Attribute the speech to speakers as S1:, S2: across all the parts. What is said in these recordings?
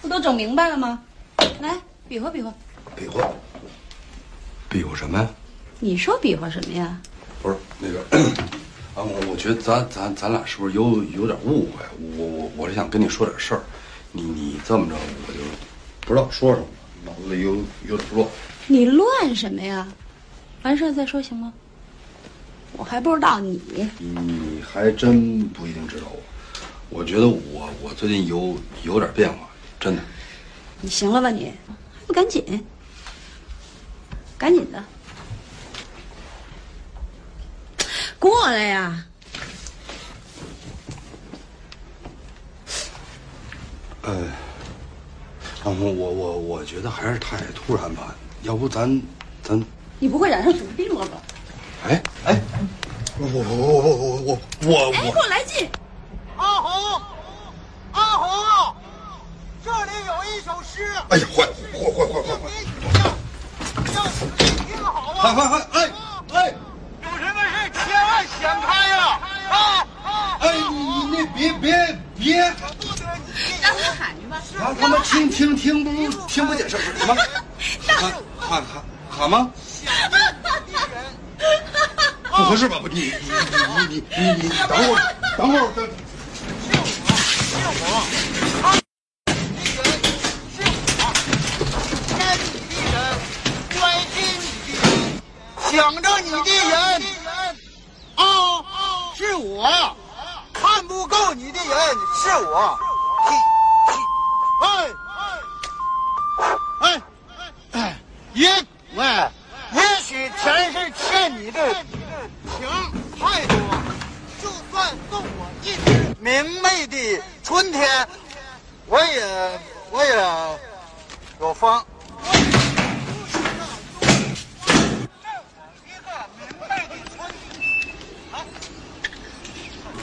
S1: 不都整明白了吗？来，比划比划。
S2: 比划，比划什么呀？
S1: 你说比划什么呀？
S2: 不是那个，啊，我我觉得咱咱咱俩是不是有有点误会？我我我是想跟你说点事儿，你你这么着，我就不知道说什么，脑子里有有点乱。
S1: 你乱什么呀？完事儿再说行吗？我还不知道你。
S2: 你还真不一定知道我，我觉得我我最近有有点变化，真的。
S1: 你行了吧你？还不赶紧，赶紧的，过来呀！
S2: 呃，啊，我我我觉得还是太突然吧，要不咱咱，
S1: 你不会染上什么病了吧？
S2: 哎哎，我我我我我我我
S1: 哎，给
S2: 我
S1: 我来劲！
S3: 阿红，阿红，这里有一首诗，
S2: 哎呀，坏坏坏坏坏
S3: 送
S2: 坏！
S3: 给你呀，要是你听好
S2: 快
S3: 啊！
S2: 快快！哎哎
S3: 有什么事千万想开呀！啊啊！
S2: 哎，你你别别别！
S3: 不得你
S1: 让他喊去吧。
S2: 他他妈听听听不听不见是不是？他妈喊喊喊喊吗？不合适吧？不，你你你你你你等会儿，等会儿，等
S3: 是我，那个是我，爱你的人，关心你的人，想着你的人，啊，是我，看不够你的人是我，哎哎哎，也喂，也许前世欠你的情太多，就算送我一只明媚的春天，我也我也有风。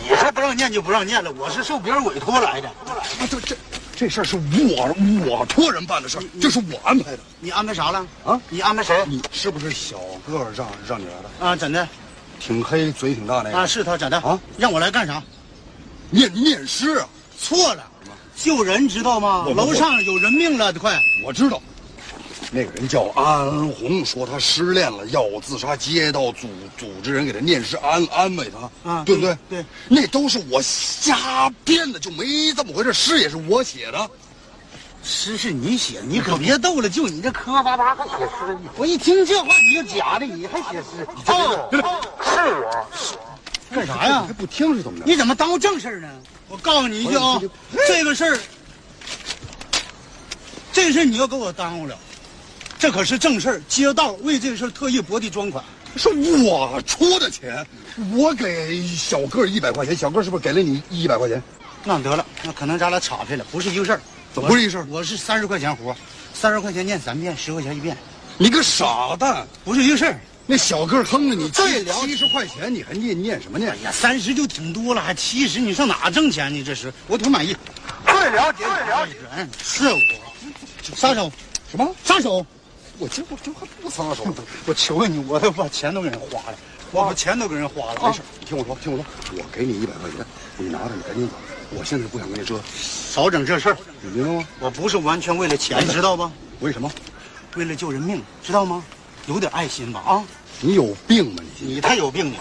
S3: 你还不让念就不让念了，我是受别人委托来的。
S2: 会儿，这这这事儿是我我托人办的事儿，这是我安排的。
S3: 你安排啥了？
S2: 啊
S3: 你安排谁？
S2: 你是不是小个儿让让你来的？
S3: 啊，怎的？
S2: 挺黑，嘴挺大那
S3: 啊，
S2: 个，
S3: 是他咋的
S2: 啊？
S3: 让我来干啥？
S2: 念念诗啊，
S3: 错了，救人知道吗？
S2: 我
S3: 楼上有人命了，快！
S2: 我知道。那个人叫安红，说他失恋了，要自杀，街道组组织人给他念诗安安慰他，
S3: 啊
S2: 对不对？
S3: 对，
S2: 那都是我瞎编的，就没这么回事。诗也是我写
S3: 啊
S2: 的，
S3: 诗是你写，你可别逗了，就你这磕磕巴巴还写诗呢我一听这话你就假的，你还写诗？哦， 是我，干啥
S2: 哎
S3: 呀
S2: 你还？不听是怎么着？
S3: 你怎么耽误正事儿呢？我告诉你一句啊
S2: 我这，
S3: 这个事儿，这个事儿你要给我耽误了，这可是正事儿，街道为这个事儿特意拨的专款。
S2: 是我出的钱，我给小个一百块钱，小个是不是给了你一百块钱？
S3: 那得了，那可能咱俩岔开了，不是一个事儿。
S2: 怎么不是一个事儿
S3: 我是三十块钱活，三十块钱念三遍，十块钱一遍，
S2: 你个傻蛋！
S3: 不是一个事儿。
S2: 那小个坑着你
S3: 这
S2: 七
S3: 了
S2: 七十块钱，你还念念什么念
S3: 哎？呀，三十就挺多了，还七十，你上哪挣钱去？这是我挺满意。最了解，最了解人是我，撒手，
S2: 什么？
S3: 撒手！
S2: 我今我这还不撒手呢。
S3: 我求求你，我把钱都给人花了，我把钱都给人花了，
S2: 没
S3: 没
S2: 事
S3: 事，，
S2: 你听我说，听我说，我给你一百块钱，你拿着，你赶紧走。我现在不想跟你折腾，
S3: 少整这事儿。
S2: 你明白吗？
S3: 我不是完全为了钱，知道吧？
S2: 哎为什么？
S3: 为了救人命，知道吗？有点爱心吧啊！
S2: 你有病吧你？
S3: 你才有病呢！